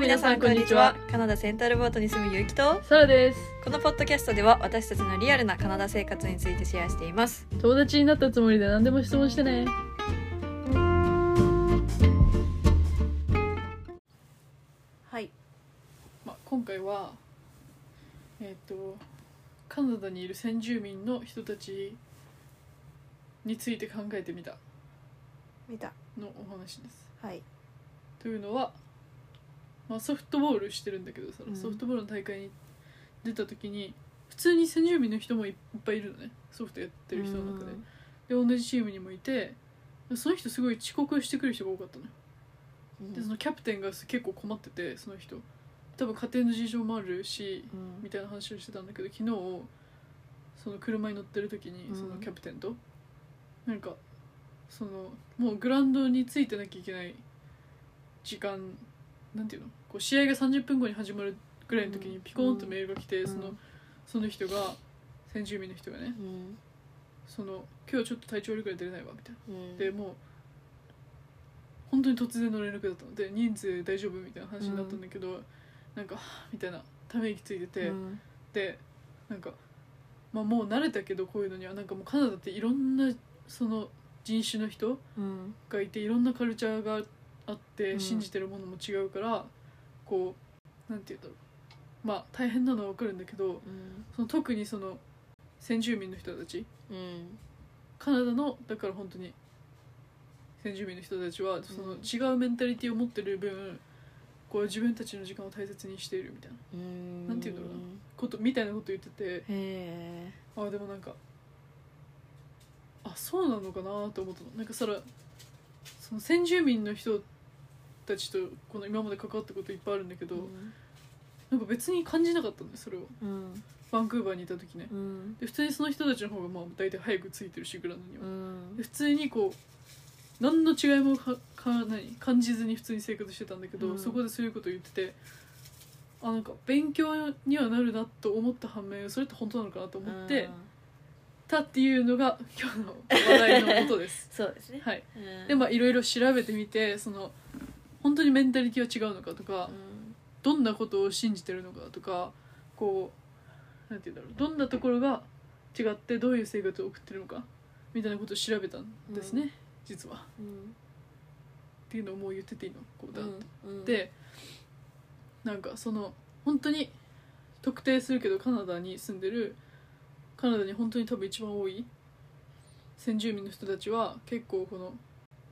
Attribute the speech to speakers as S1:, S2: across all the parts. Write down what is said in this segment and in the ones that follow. S1: 皆さんこんにちはカナダセンタルボートに住むゆうきと
S2: サラです
S1: このポッドキャストでは私たちのリアルなカナダ生活についてシェアしています
S2: 友達になったつもりで何でも質問してね
S1: はい
S2: まあ、今回はえっ、とカナダにいる先住民の人たちについて考えてみた
S1: 見た
S2: のお話です
S1: はい
S2: というのは、まあ、ソフトボールしてるんだけどさ、
S1: うん
S2: ソフトボールの大会に出た時に普通に先住民の人もいっぱいいるのねソフトやってる人の中で、で同じチームにもいてその人すごい遅刻してくる人が多かったのよ
S1: うん
S2: でそのキャプテンが結構困っててその人多分家庭の事情もあるし
S1: うん
S2: みたいな話をしてたんだけど昨日その車に乗ってる時
S1: う
S2: に
S1: ん
S2: そのキャプテンと、なんかそのもうグラウンドについてなきゃいけない時間なんていうのこう試合が30分後に始まるぐらいの時
S1: う
S2: に
S1: ん
S2: ピコーンとメールが来て、
S1: ん
S2: そのその人が先住民の人がね
S1: うん
S2: その今日ちょっと体調悪いから出れないわみたいな。
S1: うん
S2: でもう本当に突然の連絡だったので人数大丈夫みたいな話になったんだけど、なんかはぁみたいなため息ついてて、
S1: うん
S2: でなんか、まあ、もう慣れたけどこういうのにはなんかもうカナダっていろんなその人種の人
S1: うん
S2: がいていろんなカルチャーがあって、
S1: うん
S2: 信じてるものも違うからこうなんて言うんだろうまあ大変なのはわかるんだけど
S1: うん
S2: その特にその先住民の人たち
S1: うん
S2: カナダのだから本当に先住民の人たちはその
S1: うん
S2: 違うメンタリティを持ってる分こう自分たちの時間を大切にしているみたいな
S1: うん
S2: なんて言うんだろうことみたいなこと言ってて
S1: へえ
S2: あでもなんかあそうなのかなと思ったのなんかそらその先住民の人たちとこの今まで関わったこといっぱいあるんだけど、
S1: うん
S2: なんか別に感じなかったんだよそれを
S1: うん
S2: バンクーバーにいた時ね
S1: うん
S2: で普通にその人たちの方がまあ大体早く着いてるしグラウンドには
S1: う。ん
S2: 普通にこう何の違いもかか何感じずに普通に生活してたんだけど、
S1: うん
S2: そこでそういうこと言っててあなんか勉強にはなるなと思った反面それって本当なのかなと思って
S1: うん。
S2: たっていうのが今日の話題のことです
S1: そうですね
S2: はい、
S1: うん
S2: でまあいろいろ調べてみてその本当にメンタリティは違うのかとか
S1: うん
S2: どんなことを信じてるのかとかこうなんて言うんだろうどんなところが違ってどういう生活を送ってるのかみたいなことを調べたんですね、実は。
S1: うん
S2: っていうのをもう言ってていいのこうだ、
S1: うん
S2: でなんかその本当に特定するけどカナダに住んでるカナダに本当に多分一番多い先住民の人たちは結構この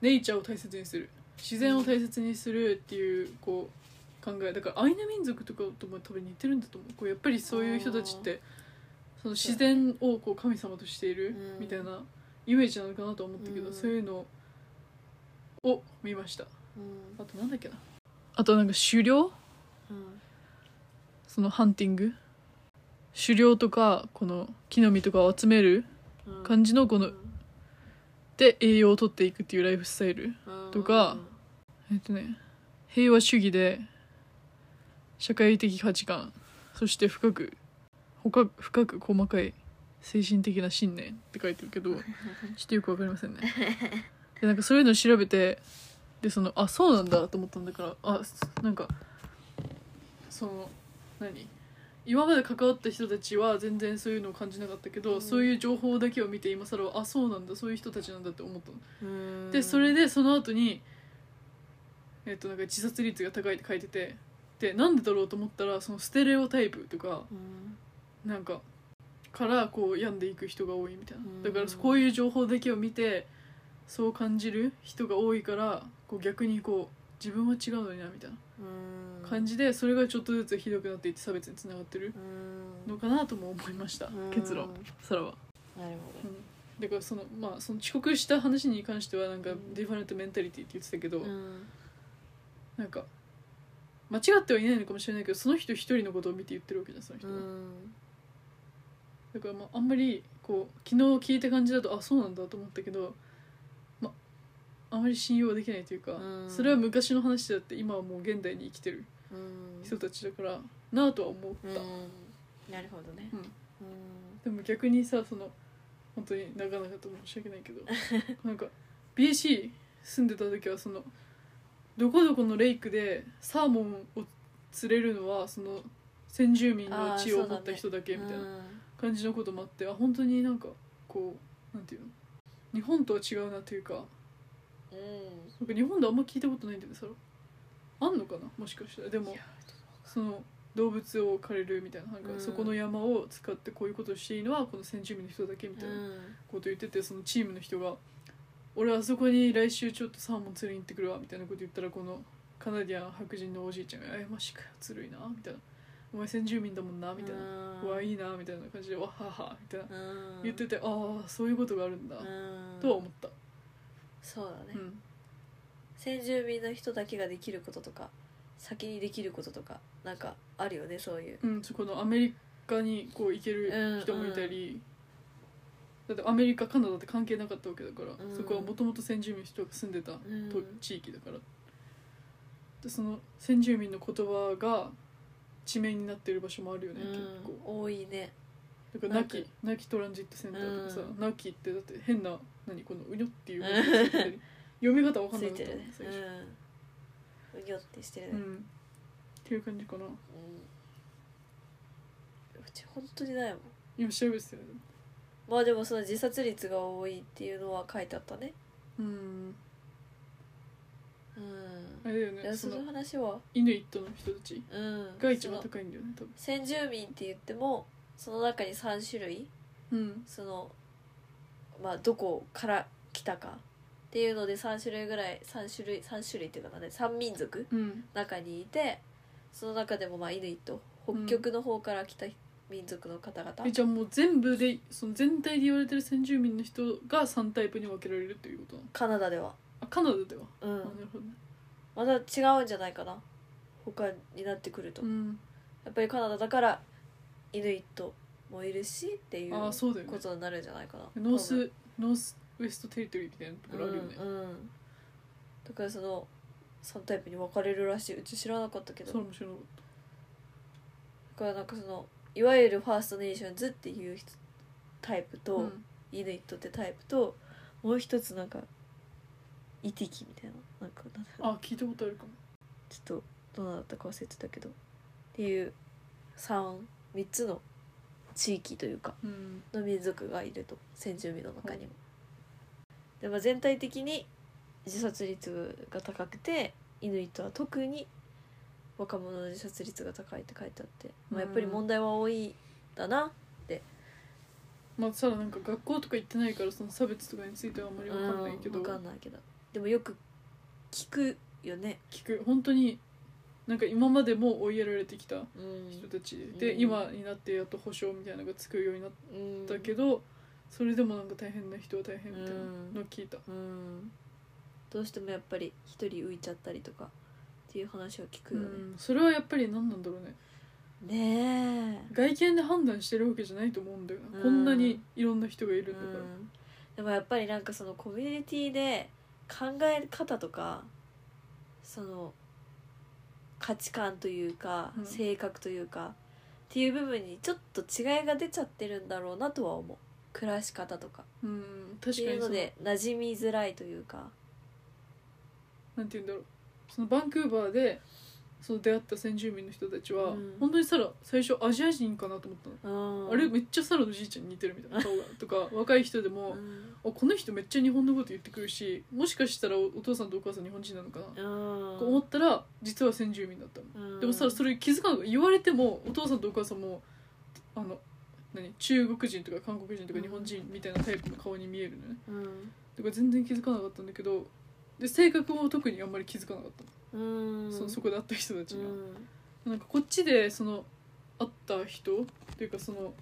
S2: ネイチャーを大切にする自然を大切にするっていうこう考えだからアイヌ民族とかとも多分似てるんだと思うこうやっぱりそういう人たちってその自然をこう神様としている
S1: うん
S2: みたいなイメージなのかなと思ったけど、
S1: うん
S2: そういうのを見ました
S1: うん
S2: あとなんだっけなあとなんか狩猟
S1: うん
S2: そのハンティング狩猟とかこの木の実とかを集める
S1: うん
S2: 感じのこ
S1: う
S2: の
S1: ん
S2: で栄養をとっていくっていうライフスタイル
S1: うん
S2: とかえっとね平和主義で社会的価値観そして深くほか深く細かい精神的な信念って書いてるけ どちょっとよくわかりませんねでなんかそういうのを調べてでそのあそうなんだと思ったんだからあすなんかその何今まで関わった人たちは全然そういうのを感じなかったけど、
S1: うん
S2: そういう情報だけを見て今更はあそうなんだそういう人たちなんだって思ったの
S1: うん
S2: でそれでその後にえっとなんか自殺率が高いって書いててでなんでだろうと思ったらそのステレオタイプとか
S1: うん
S2: なんかからこう病んでいく人が多いみたいな
S1: うん
S2: だからこういう情報だけを見てそう感じる人が多いからこう逆にこう自分は違うのになみたいな
S1: うん
S2: 感じでそれがちょっとずつひどくなっていって差別につながってる
S1: うん
S2: のかなとも思いました結論サラは。
S1: なるほ
S2: だからそのまあその遅刻した話に関してはなんか
S1: うん
S2: ディファレントメンタリティって言ってたけど、
S1: どうん
S2: なんか間違ってはいないのかもしれないけどその人一人のことを見て言ってるわけじゃんその人
S1: う
S2: は、
S1: ん
S2: だからまああんまりこう昨日聞いた感じだとあそうなんだと思ったけどまああまり信用できないというか、
S1: うん
S2: それは昔の話だって今はもう現代に生きてる
S1: うん
S2: 人たちだからなあとは思った、
S1: うんなるほどね
S2: うん
S1: うん
S2: でも逆にさその本当になかなかと申し訳ないけど なんか BC 住んでた時はそのどこどこのレイクでサーモンを釣れるのはその先住民
S1: あ
S2: の
S1: ー
S2: 地を
S1: そう
S2: 持
S1: だね
S2: った人だけみたいな
S1: うん
S2: 感じのこともあってあ本当になんかこうなんていうの日本とは違うなというか
S1: うん
S2: なんか日本であんま聞いたことないんだよねそれあんのかなもしかしたらでも
S1: いや
S2: その動物を狩れるみたいななんか
S1: うん
S2: そこの山を使ってこういうことをしていいのはこの先住民の人だけみたいなこと言っててそのチームの人が「俺あそこに来週ちょっとサーモン釣りに行ってくるわ」みたいなこと言ったらこのカナディアン白人のおじいちゃんが「えマジかよずるいな」みたいな「お前先住民だもんな」みたいな「うわいいな」みたいな感じで「わはは」みたいな
S1: うん
S2: 言っててああそういうことがあるんだ
S1: うん
S2: とは思った
S1: そうだ
S2: う
S1: ね
S2: ん
S1: 先住民の人だけができることとか先にできることとかなんかあるよねそういう
S2: うんそこのアメリカにこう行ける人もいたりだってアメリカカナダって関係なかったわけだから
S1: うん
S2: そこはもともと先住民の人が住んでた
S1: うん
S2: と地域だからでその先住民の言葉が地名になってる場所もあるよね、結構
S1: うん多いね
S2: だから亡
S1: なんか
S2: き亡きトランジットセンターとかさ
S1: うん
S2: 亡、きってだって変な何このうにょっていう文字がついてたり読み方わかん
S1: つ
S2: なか
S1: い
S2: ってた
S1: るね
S2: 最初、
S1: うんうぎょってしてる
S2: う
S1: ね
S2: んっていう感じかな
S1: うんうち本当にないもん
S2: 今調べてたよね
S1: まあでもその自殺率が多いっていうのは書いてあったね
S2: うん
S1: うん
S2: あれだよ
S1: いや
S2: ね
S1: そ
S2: そ
S1: の
S2: の
S1: 話は
S2: イヌイットの人たち
S1: うん
S2: が一番
S1: その
S2: 高いんだよね多分
S1: 先住民って言ってもその中に3種類
S2: うん
S1: そのまあどこから来たかっていうので3種類ぐらい3種類3種類っていうのかね3民族
S2: うん
S1: 中にいてその中でもまあイヌイット北極の方から来た民族の方々、
S2: えじゃあもう全部でその全体で言われてる先住民の人が3タイプに分けられるっていうことなの
S1: カナダでは
S2: あカナダでは
S1: う
S2: あなんるほどね
S1: また違うんじゃないかな他になってくると、
S2: うん
S1: やっぱりカナダだからイヌイットもいるしっていう
S2: ああそうだよね
S1: ことになるんじゃないかな
S2: ノー
S1: 多分
S2: スノースウエストテリトリーみたいなところあるよね、
S1: うんうんだからその3タイプに分かれるらしいうち知らなかったけど
S2: そ
S1: だ
S2: れ面白いこと
S1: からなんかそのいわゆるファーストネーションズっていう人タイプと、
S2: うん
S1: イヌイットってタイプともう一つなんかイティキみたいななんかなんだ
S2: あ聞いたことあるかも
S1: ちょっとどうなったか忘れてたけどっていう三三つの地域というか
S2: うん
S1: の民族がいると先住民の中にも。でも全体的に自殺率が高くてイヌイットは特に若者の自殺率が高いって書いてあって、まあ、やっぱり問題は多いんだな、
S2: まあさらなんか学校とか行ってないからその差別とかについてはあんまり分かんないけど、
S1: 分かんないけどでもよく聞くよね、
S2: 聞く本当になんか今までも追いやられてきた
S1: うん
S2: 人たちで、
S1: うん
S2: 今になってやっと保証みたいなのがつくようになっ
S1: うん
S2: たけど、それでもなんか大変な人は大変みたいなのを聞いた、
S1: うんどうしてもやっぱり一人浮いちゃったりとかっていう話を聞
S2: う
S1: くよ
S2: ん
S1: ね、
S2: それはやっぱり何なんだろうね
S1: ねえ
S2: 外見で判断してるわけじゃないと思うんだよな、
S1: うん
S2: こんなにいろんな人がいるんだから、
S1: うんでもやっぱりなんかそのコミュニティで考え方とかその価値観というか
S2: うん
S1: 性格というか、っていう部分にちょっと違いが出ちゃってるんだろうなとは思う暮らし方とか
S2: うん、
S1: っ
S2: 確
S1: て
S2: か
S1: い
S2: に
S1: うの
S2: その
S1: で馴染みづらいというか
S2: なんて言うんだろうそのバンクーバーでその出会った先住民の人たちは、
S1: うん
S2: 本当にサラ最初アジア人かなと思ったの、
S1: あ
S2: あれめっちゃサラのじいちゃんに似てるみたい な顔がとか若い人でも、あこの人めっちゃ日本のこと言ってくるしもしかしたらおお父さんとお母さん日本人なのかな、と思ったら実は先住民だったの、でもさそれ気づかなかった言われてもお父さんとお母さんもあの何中国人とか韓国人とか日本人みたいなタイプの顔に見えるのね
S1: うん
S2: だから全然気づかなかったんだけどで性格も特にあんまり気づかなかったの
S1: うん
S2: そそこで会った人たち
S1: う
S2: が、
S1: ん
S2: なんかこっちでその会った人っていうかその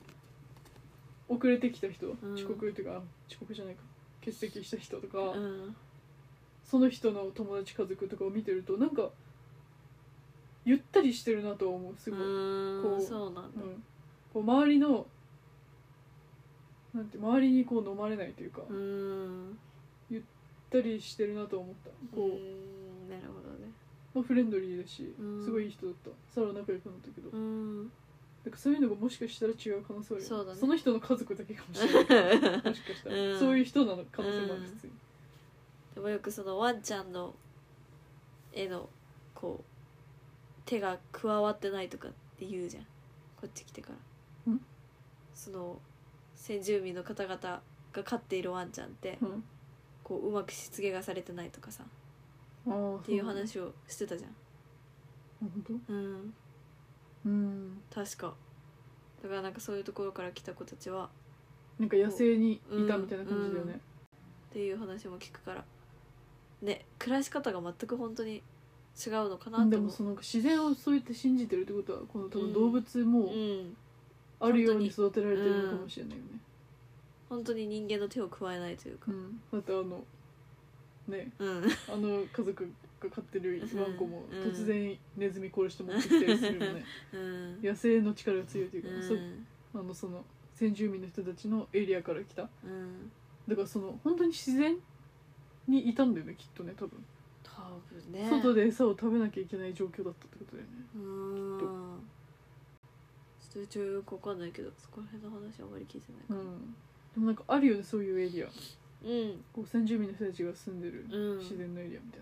S2: 遅れてきた人、
S1: うん
S2: 遅刻っていうかあ遅刻じゃないか欠席した人とか、
S1: うん
S2: その人の友達家族とかを見てるとなんかゆったりしてるなとは思うすごい、うん
S1: う
S2: こ
S1: ん
S2: う
S1: そうなんだ
S2: こう周りのなんて周りにこう飲まれないというか、
S1: う
S2: ゆっ
S1: ん
S2: たりしてるなと思ったこう、
S1: うんなるほどね
S2: まあ、フレンドリーだし、
S1: うん
S2: すごいいい人だったサラ仲良くなったけど、
S1: うん
S2: なんかそういうのがもしかしたら違う可能性はあるよ
S1: そうだね
S2: の人の家族だけかもしれないもしかしたら、
S1: うん
S2: そういう人なの可能性もある普通に、
S1: でもよくそのワンちゃんの絵のこう手が加わってないとかって言うじゃんこっち来てから
S2: ん
S1: その先住民の方々が飼っているワンちゃんって
S2: うん
S1: こううまくしつけがされてないとかさ
S2: っ
S1: っていう話をしてたじゃ
S2: 本当
S1: んうん
S2: うん
S1: 確かだからなんかそういうところから来た子たちは
S2: なんか野生にいたみたいな感じだよね、
S1: っていう話も聞くからね暮らし方が全く本当に違うのか
S2: う
S1: なんと
S2: で
S1: 思
S2: も
S1: う
S2: その自然をそうやって信じてるってことはこの多分動物も
S1: うん
S2: あるように育てられてるのかもしれないよね、
S1: 本当に人間の手を加えないというか
S2: うんだってあのね
S1: うん
S2: あの家族が飼ってるワンコも
S1: うん
S2: 突然ネズミ殺して持ってきたりするよね
S1: うん
S2: 野生の力が強いというか、
S1: うん
S2: そあのその先住民の人たちのエリアから来た
S1: うん
S2: だからその本当に自然にいたんだよねきっとね多分、
S1: 多分ね
S2: 外で餌を食べなきゃいけない状況だったってことだよね
S1: うんちょっと一応よくわかんないけどそこら辺の話あんまり聞いてないか
S2: う
S1: ら
S2: んでもなんかあるよねそういうエリア
S1: うん
S2: こう先住民の人たちが住んでる
S1: うん
S2: 自然のエリアみたい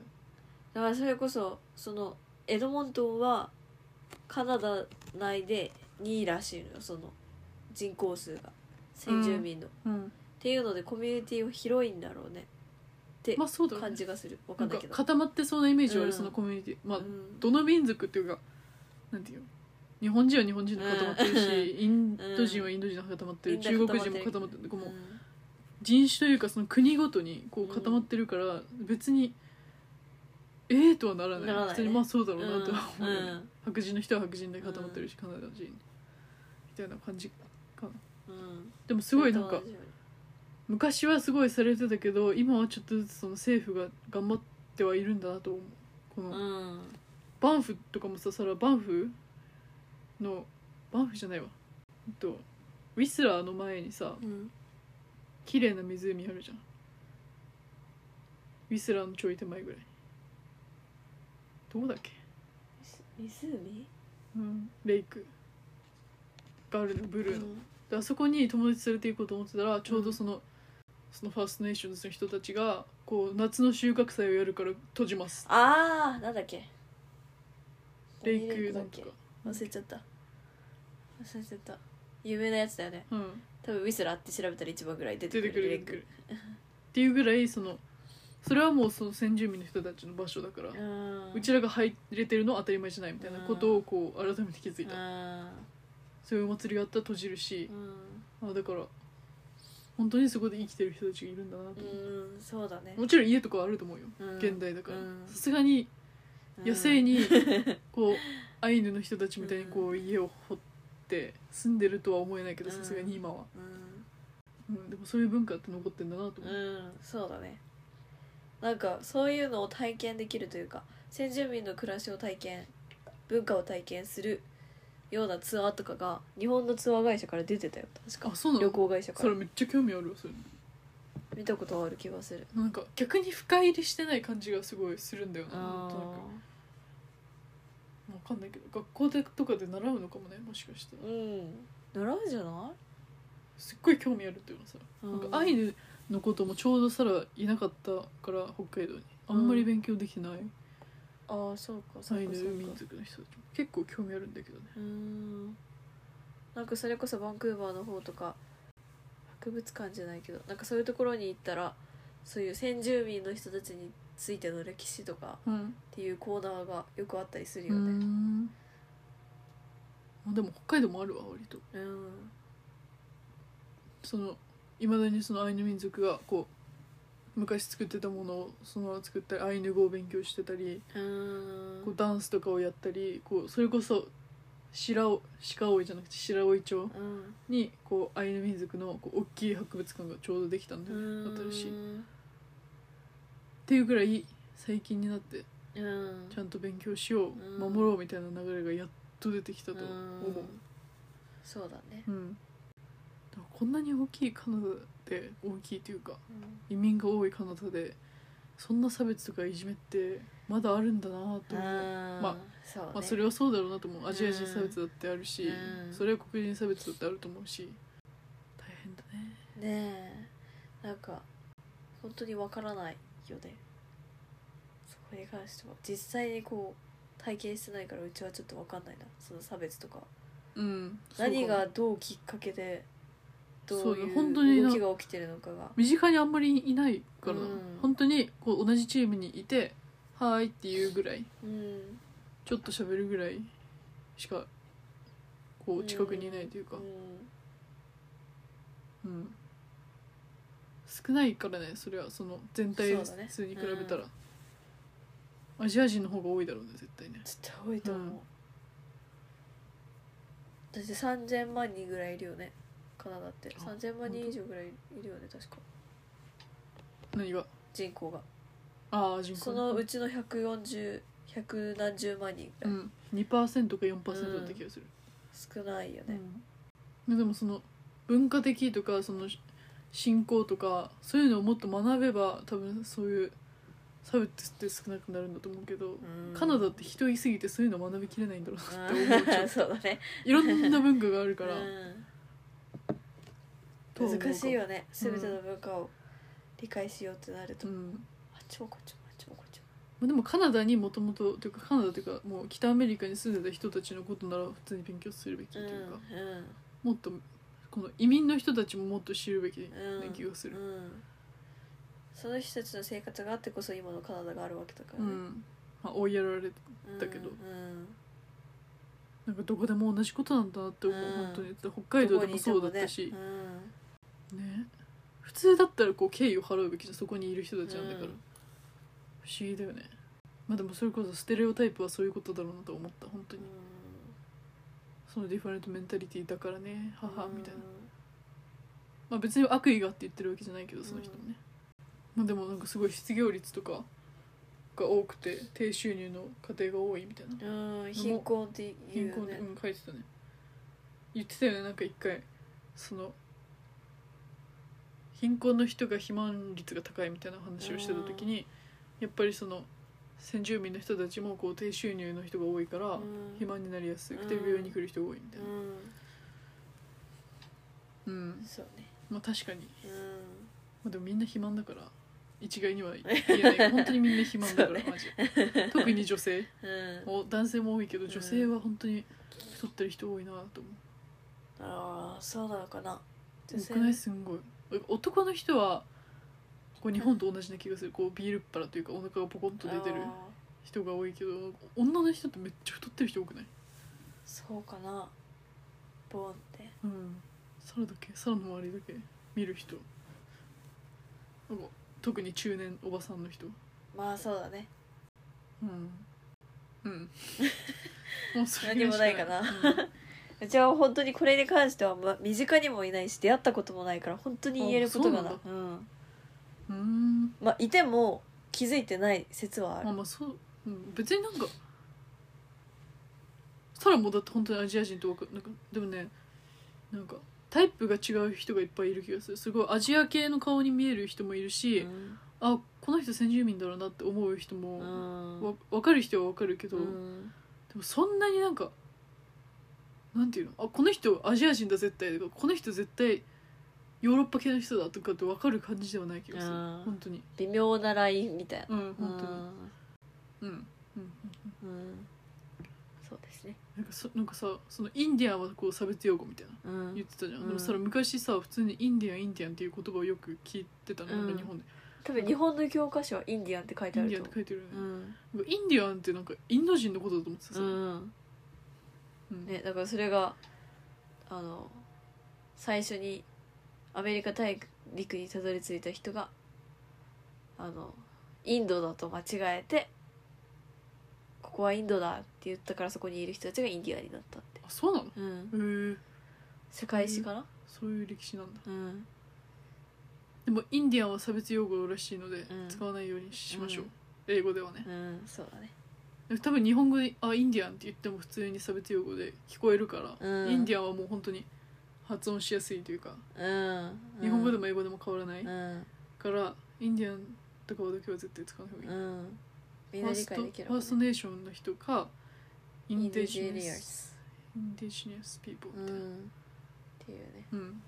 S2: な、
S1: だからそれこそそのエドモントンはカナダ内で2位らしいのよその人口数が先住民の、っ
S2: うん
S1: ていうのでコミュニティは広いんだろうねって
S2: まあそうだよね
S1: 感じがするわか
S2: なんん
S1: ない
S2: か
S1: けど
S2: 固まってそうなイメージはある、
S1: うん
S2: そのコミュニティまあ、
S1: うん
S2: どの民族っていうかなんていうの日本人は日本人で固まってるし、インド人はインド人で固まってる、
S1: うん
S2: 中国人も固まってるこうもう
S1: うん
S2: 人種というかその国ごとにこう固まってるから、別にええとはならない
S1: ならないね
S2: 普通にまあそうだろうなとは
S1: う
S2: 思うよね、
S1: ん
S2: 白人の人は白人で固まってるし、カナダ人みたいな感じ
S1: うん
S2: でもすごいなんか昔はすごいされてたけど今はちょっとずつその政府が頑張ってはいるんだなと思うこ
S1: う
S2: の
S1: ん
S2: バンフとかもさそれはバンフのバンフじゃないわえっとウィスラーの前にさ
S1: うん
S2: 綺麗な湖あるじゃんウィスラーのちょい手前ぐらいどこだっけ、
S1: 湖
S2: うん、レイクがあるのブルーの、
S1: うん
S2: であそこに友達連れて行こうと思ってたらちょうどその、そのファーストネーションズの人たちがこう夏の収穫祭をやるから閉じます
S1: ああなんだっけ
S2: レイクな
S1: だっ
S2: んと
S1: け
S2: か
S1: 忘れちゃった忘れちゃった有名なやつだよね
S2: うん
S1: 多分ウィスラーって調べたら一番ぐらい出て
S2: 出
S1: く
S2: て
S1: る
S2: くる出
S1: レイ
S2: て
S1: ク
S2: くるっていうぐらいそのそれはもうその先住民の人たちの場所だから、
S1: うーん
S2: うちらが入れてるのは当たり前じゃないみたいなことをこう改めて気づいた、
S1: あ
S2: そういうお祭りがあったら閉じるし
S1: ー、うん
S2: あだから本当にそこで生きてる人たちがいるんだなと、
S1: うんそうだね
S2: もちろん家とかはあると思うよ、
S1: うん
S2: 現代だから
S1: うん
S2: さすがに野生
S1: に
S2: にこうアイヌの人たちみたいにこう家を掘って住んでるとは思えないけど
S1: うん
S2: さすがに今は、
S1: うん、
S2: うん、でもそういう文化って残ってんだなと思
S1: う
S2: う、
S1: ん、そうだねなんかそういうのを体験できるというか先住民の暮らしを体験文化を体験するようなツアーとかが日本のツアー会社から出てたよ確か
S2: あそうなの
S1: 旅行会社か
S2: そ
S1: ら
S2: れめっちゃ興味あるわそれ
S1: 見たことある気がする
S2: なんか逆に深入りしてない感じがすごいするんだよななん
S1: あ
S2: となく分かんないけど学校でとかで習うのかもねもしかしたら
S1: ーうん習うじゃない
S2: すっごい興味あるっていうのさなんかアイ
S1: ヌ
S2: ヌのこともちょうどさらいなかったから北海道にあんまり勉強できてない、
S1: ああそうかそ
S2: ア
S1: う
S2: イ
S1: か
S2: ヌ
S1: そう
S2: 民
S1: か
S2: 族の人たちも結構興味あるんだけどね
S1: うんなんかそれこそバンクーバーの方とか博物館じゃないけどなんかそういうところに行ったらそういう先住民の人たちについての歴史とか
S2: うん
S1: っていうコーナーがよくあったりする
S2: う
S1: よね
S2: んあでも北海道もあるわ割と
S1: うん
S2: そのいまだにそのアイヌ民族がこう昔作ってたものをそのまま作ったりアイヌ語を勉強してたり
S1: うん
S2: こうダンスとかをやったりこうそれこそ白尾鹿追じゃなくて白老町
S1: うん
S2: にこうアイヌ民族のこう大きい博物館がちょうどできたんで、
S1: うん
S2: 新しいっていうぐらい最近になって
S1: うん
S2: ちゃんと勉強しよう
S1: うん
S2: 守ろうみたいな流れがやっと出てきたと
S1: う
S2: 思う、
S1: んそうだね
S2: うん、だからこんなに大きいカナダで大きいというか
S1: うん
S2: 移民が多いカナダでそんな差別とかいじめってまだあるんだなと思う、まあ
S1: そうね
S2: まあ、それはそうだろうなと思うアジア人差別だってあるし、
S1: うん
S2: それは黒人差別だってあると思うし大変だね
S1: ねえなんか本当にわからないよねそこに関しては実際にこう体験してないからうちはちょっと分かんないなその差別とか
S2: うん
S1: 何
S2: そうか
S1: が
S2: も
S1: どうきっかけで
S2: そ
S1: どう
S2: うよ
S1: い
S2: 本当に
S1: う
S2: な
S1: 動きが起きてるのかが
S2: 身近にあんまりいないからな、
S1: うん
S2: 本当にこう同じチームにいて「はーい」っていうぐらい
S1: うん
S2: ちょっと喋るぐらいしかこう近くにいないという
S1: う
S2: か、
S1: ん
S2: うん少ないからねそれはその全体
S1: そうだね
S2: 普通に比べたら、アジア人の方が多いだろうね絶対ね
S1: 絶対多いと思う、だって3000万人ぐらいいるよねカナダって
S2: あ
S1: 3000万人以上ぐらいいるよね確か
S2: 何が
S1: 人口が
S2: ああ人口
S1: そのうちの140100何十万人ぐ
S2: う
S1: らい、
S2: ん2%か4%だった気がする、
S1: 少ないよね、
S2: でもその文化的とかそのし信仰とかそういうのをもっと学べば多分そういう差別って少なくなるんだと思うけど、カナダって人いすぎてそういうの学びきれないんだ ろうなって思っちゃ
S1: う
S2: うん
S1: そうだね
S2: いろんな文化があるから、と
S1: う、
S2: 思うんか
S1: 難しいよね全ての文化を理解しようってなると、
S2: うん
S1: あっちもこっちもあっちもこっちも
S2: まあでもカナダにもともとというかカナダというかもう北アメリカに住んでた人たちのことなら普通に勉強するべきと
S1: うん
S2: いうか、もっとこの移民の人たちももっと知るべきな
S1: うんうん
S2: 気がする、
S1: うん、その人たちの生活があってこそ今のカナダがあるわけだから
S2: う
S1: ね、
S2: んまあ、追いやられて
S1: うん
S2: だけど
S1: うん
S2: なんかどこでも同じことなんだなって思う、
S1: うん
S2: 本当に北海道でもそうだったし
S1: どこにいてもねうん
S2: ね普通だったらこう敬意を払うべきじゃんそこにいる人たちなんだから、
S1: うん
S2: 不思議だよねまあでもそれこそステレオタイプはそういうことだろうなと思った本当にそのディファレントメンタリティだからね
S1: うん
S2: 母みたいな、まあ別に悪意があって言ってるわけじゃないけどその人もね、まあでもなんかすごい失業率とかが多くて低収入の家庭が多いみたいな
S1: うん、うん、貧困っていう
S2: 銀
S1: よ
S2: 行で、
S1: ね
S2: うん、書いてたね言ってたよねなんか一回その貧困の人が肥満率が高いみたいな話をしてた時にやっぱりその先住民の人たちもこう低収入の人が多いから
S1: うん
S2: 肥満になりやすくて
S1: うん
S2: 病院に来る人が多いみたいなうん、
S1: うんそうね
S2: まあ確かに、
S1: うん
S2: まあ、でもみんな肥満だから一概に は言えない本当にみんな肥満だからマジで特に女 性
S1: うん
S2: お男性も多いけど女性は本当に太ってる人多いなと思う
S1: ああそうなのかな女性
S2: 僕ねすんごい男の人はこう日本と同じな気がするこうビールっ腹というかお腹がポコンと出てる
S1: あー
S2: 人が多いけど女の人ってめっちゃ太ってる人多くない
S1: そうかなボーンって
S2: うんサラだけサラの周りだけ見る人なんか特に中年おばさんの人
S1: まあそうだね
S2: うんうん もうそれ
S1: 何もないかなうちは本当にこれに関しては、ま、身近にもいないし出会ったこともないから本当に言えることがな
S2: あ
S1: いうん
S2: うんうん
S1: まあいても気づいてない説はあ
S2: まあ
S1: る
S2: まあそう、うん、別になんかサラもだって本当にアジア人とわかなんかでもねなんかタイプが違う人がいっぱいいる気がするすごいアジア系の顔に見える人もいるし、
S1: うん
S2: あこの人先住民だろうなって思う人
S1: う
S2: も、
S1: ん
S2: わ分かる人は分かるけ
S1: う
S2: ど、で
S1: ん
S2: もそんなになんかなんていうのあこの人アジア人だ絶対とかこの人絶対ヨーロッパ系の人だとかって分かる感じではない気がする、
S1: うん
S2: 本当に
S1: 微妙なラインみたいな
S2: うん本当にうんうん
S1: うんうんそうですね
S2: なんかそなんかさそのインディアンはこう差別用語みたいな
S1: うん
S2: 言ってたじゃん、
S1: うん
S2: でもそれ昔さ普通にインディアンインディアンっていう言葉をよく聞いてたの、
S1: うん
S2: 俺日本で
S1: 多分日本の教科書はインディアンって書いて
S2: イ
S1: あ
S2: ン
S1: る
S2: ディアン
S1: と
S2: っ
S1: 思
S2: て書いてるよね
S1: う、う
S2: な
S1: ん
S2: んかインディアンってなんかインド人のことだと思ってたさ、
S1: うん
S2: うん
S1: ねだからそれがあの最初にアメリカ大陸にたどり着いた人があのインドだと間違えてここはインドだって言ったからそこにいる人たちがインディアンになったって、
S2: あそうなのへ
S1: うん、
S2: え
S1: 世界史かな
S2: そういう歴史なんだ
S1: うん
S2: でもインディアンは差別用語らしいので、
S1: うん
S2: 使わないようにしましょう、
S1: うん
S2: 英語ではね
S1: うんそうだね
S2: 多分日本語で「あインディアン」って言っても普通に差別用語で聞こえるから、
S1: うん
S2: インディアンはもう本当に発音しやすいというか
S1: うん
S2: 日本語でも英語でも変わらない、
S1: うん
S2: からインディアンとかだけは絶対使わない方がいい、
S1: うんみん
S2: ファー
S1: な理
S2: スト
S1: 解できる
S2: ファーストネーションの人かインディジニアス
S1: ス
S2: インディジニアスピーポー
S1: う
S2: みたいな、
S1: んっていうね
S2: うん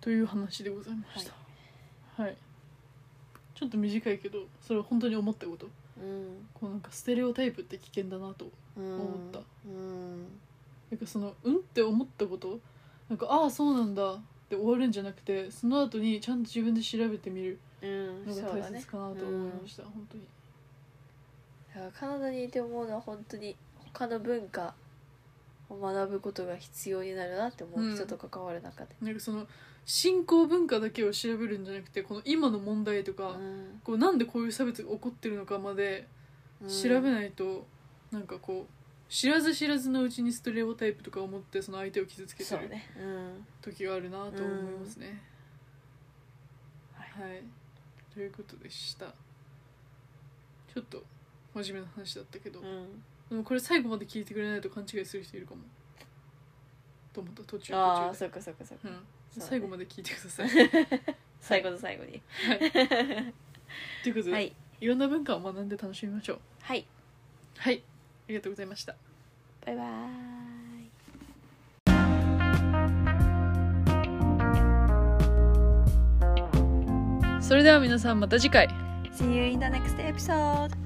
S2: という話でございましたはい、ちょっと短いけどそれは本当に思ったこと
S1: うん
S2: こうなんかステレオタイプって危険だなと
S1: う
S2: 思
S1: ん
S2: った
S1: うん
S2: なんかその「うん?」って思ったことなんか「ああそうなんだ」って終わるんじゃなくてその後にちゃんと自分で調べてみる
S1: うん
S2: の
S1: そ
S2: が
S1: うだ
S2: 大
S1: ね
S2: 切かなと思いました、本当に
S1: だからカナダにいて思うのは本当に他の文化を学ぶことが必要になるなって思う人と関わる中で、
S2: なんかその信仰文化だけを調べるんじゃなくてこの今の問題とか、
S1: うん
S2: こうなんでこういう差別が起こってるのかまで調べないと、なんかこう知らず知らずのうちにステレオタイプとかを持ってその相手を傷つけて
S1: そう
S2: る
S1: ねうん
S2: 時があるなと思いますね。はい、ということでしたちょっと真面目な話だったけど、
S1: うん
S2: でもこれ最後まで聞いてくれないと勘違いする人いるかもと思った途中途
S1: ああ
S2: 中
S1: そっかそっかそっか、
S2: で、うん
S1: そうだね
S2: 最後まで聞いてください。
S1: 最後の最後に
S2: ということで、、
S1: はいい
S2: ろんな文化を学んで楽しみましょう。
S1: はい
S2: はい、ありがとうございました。
S1: バイバーイ
S2: それでは皆さんまた次回。
S1: See you in the next episode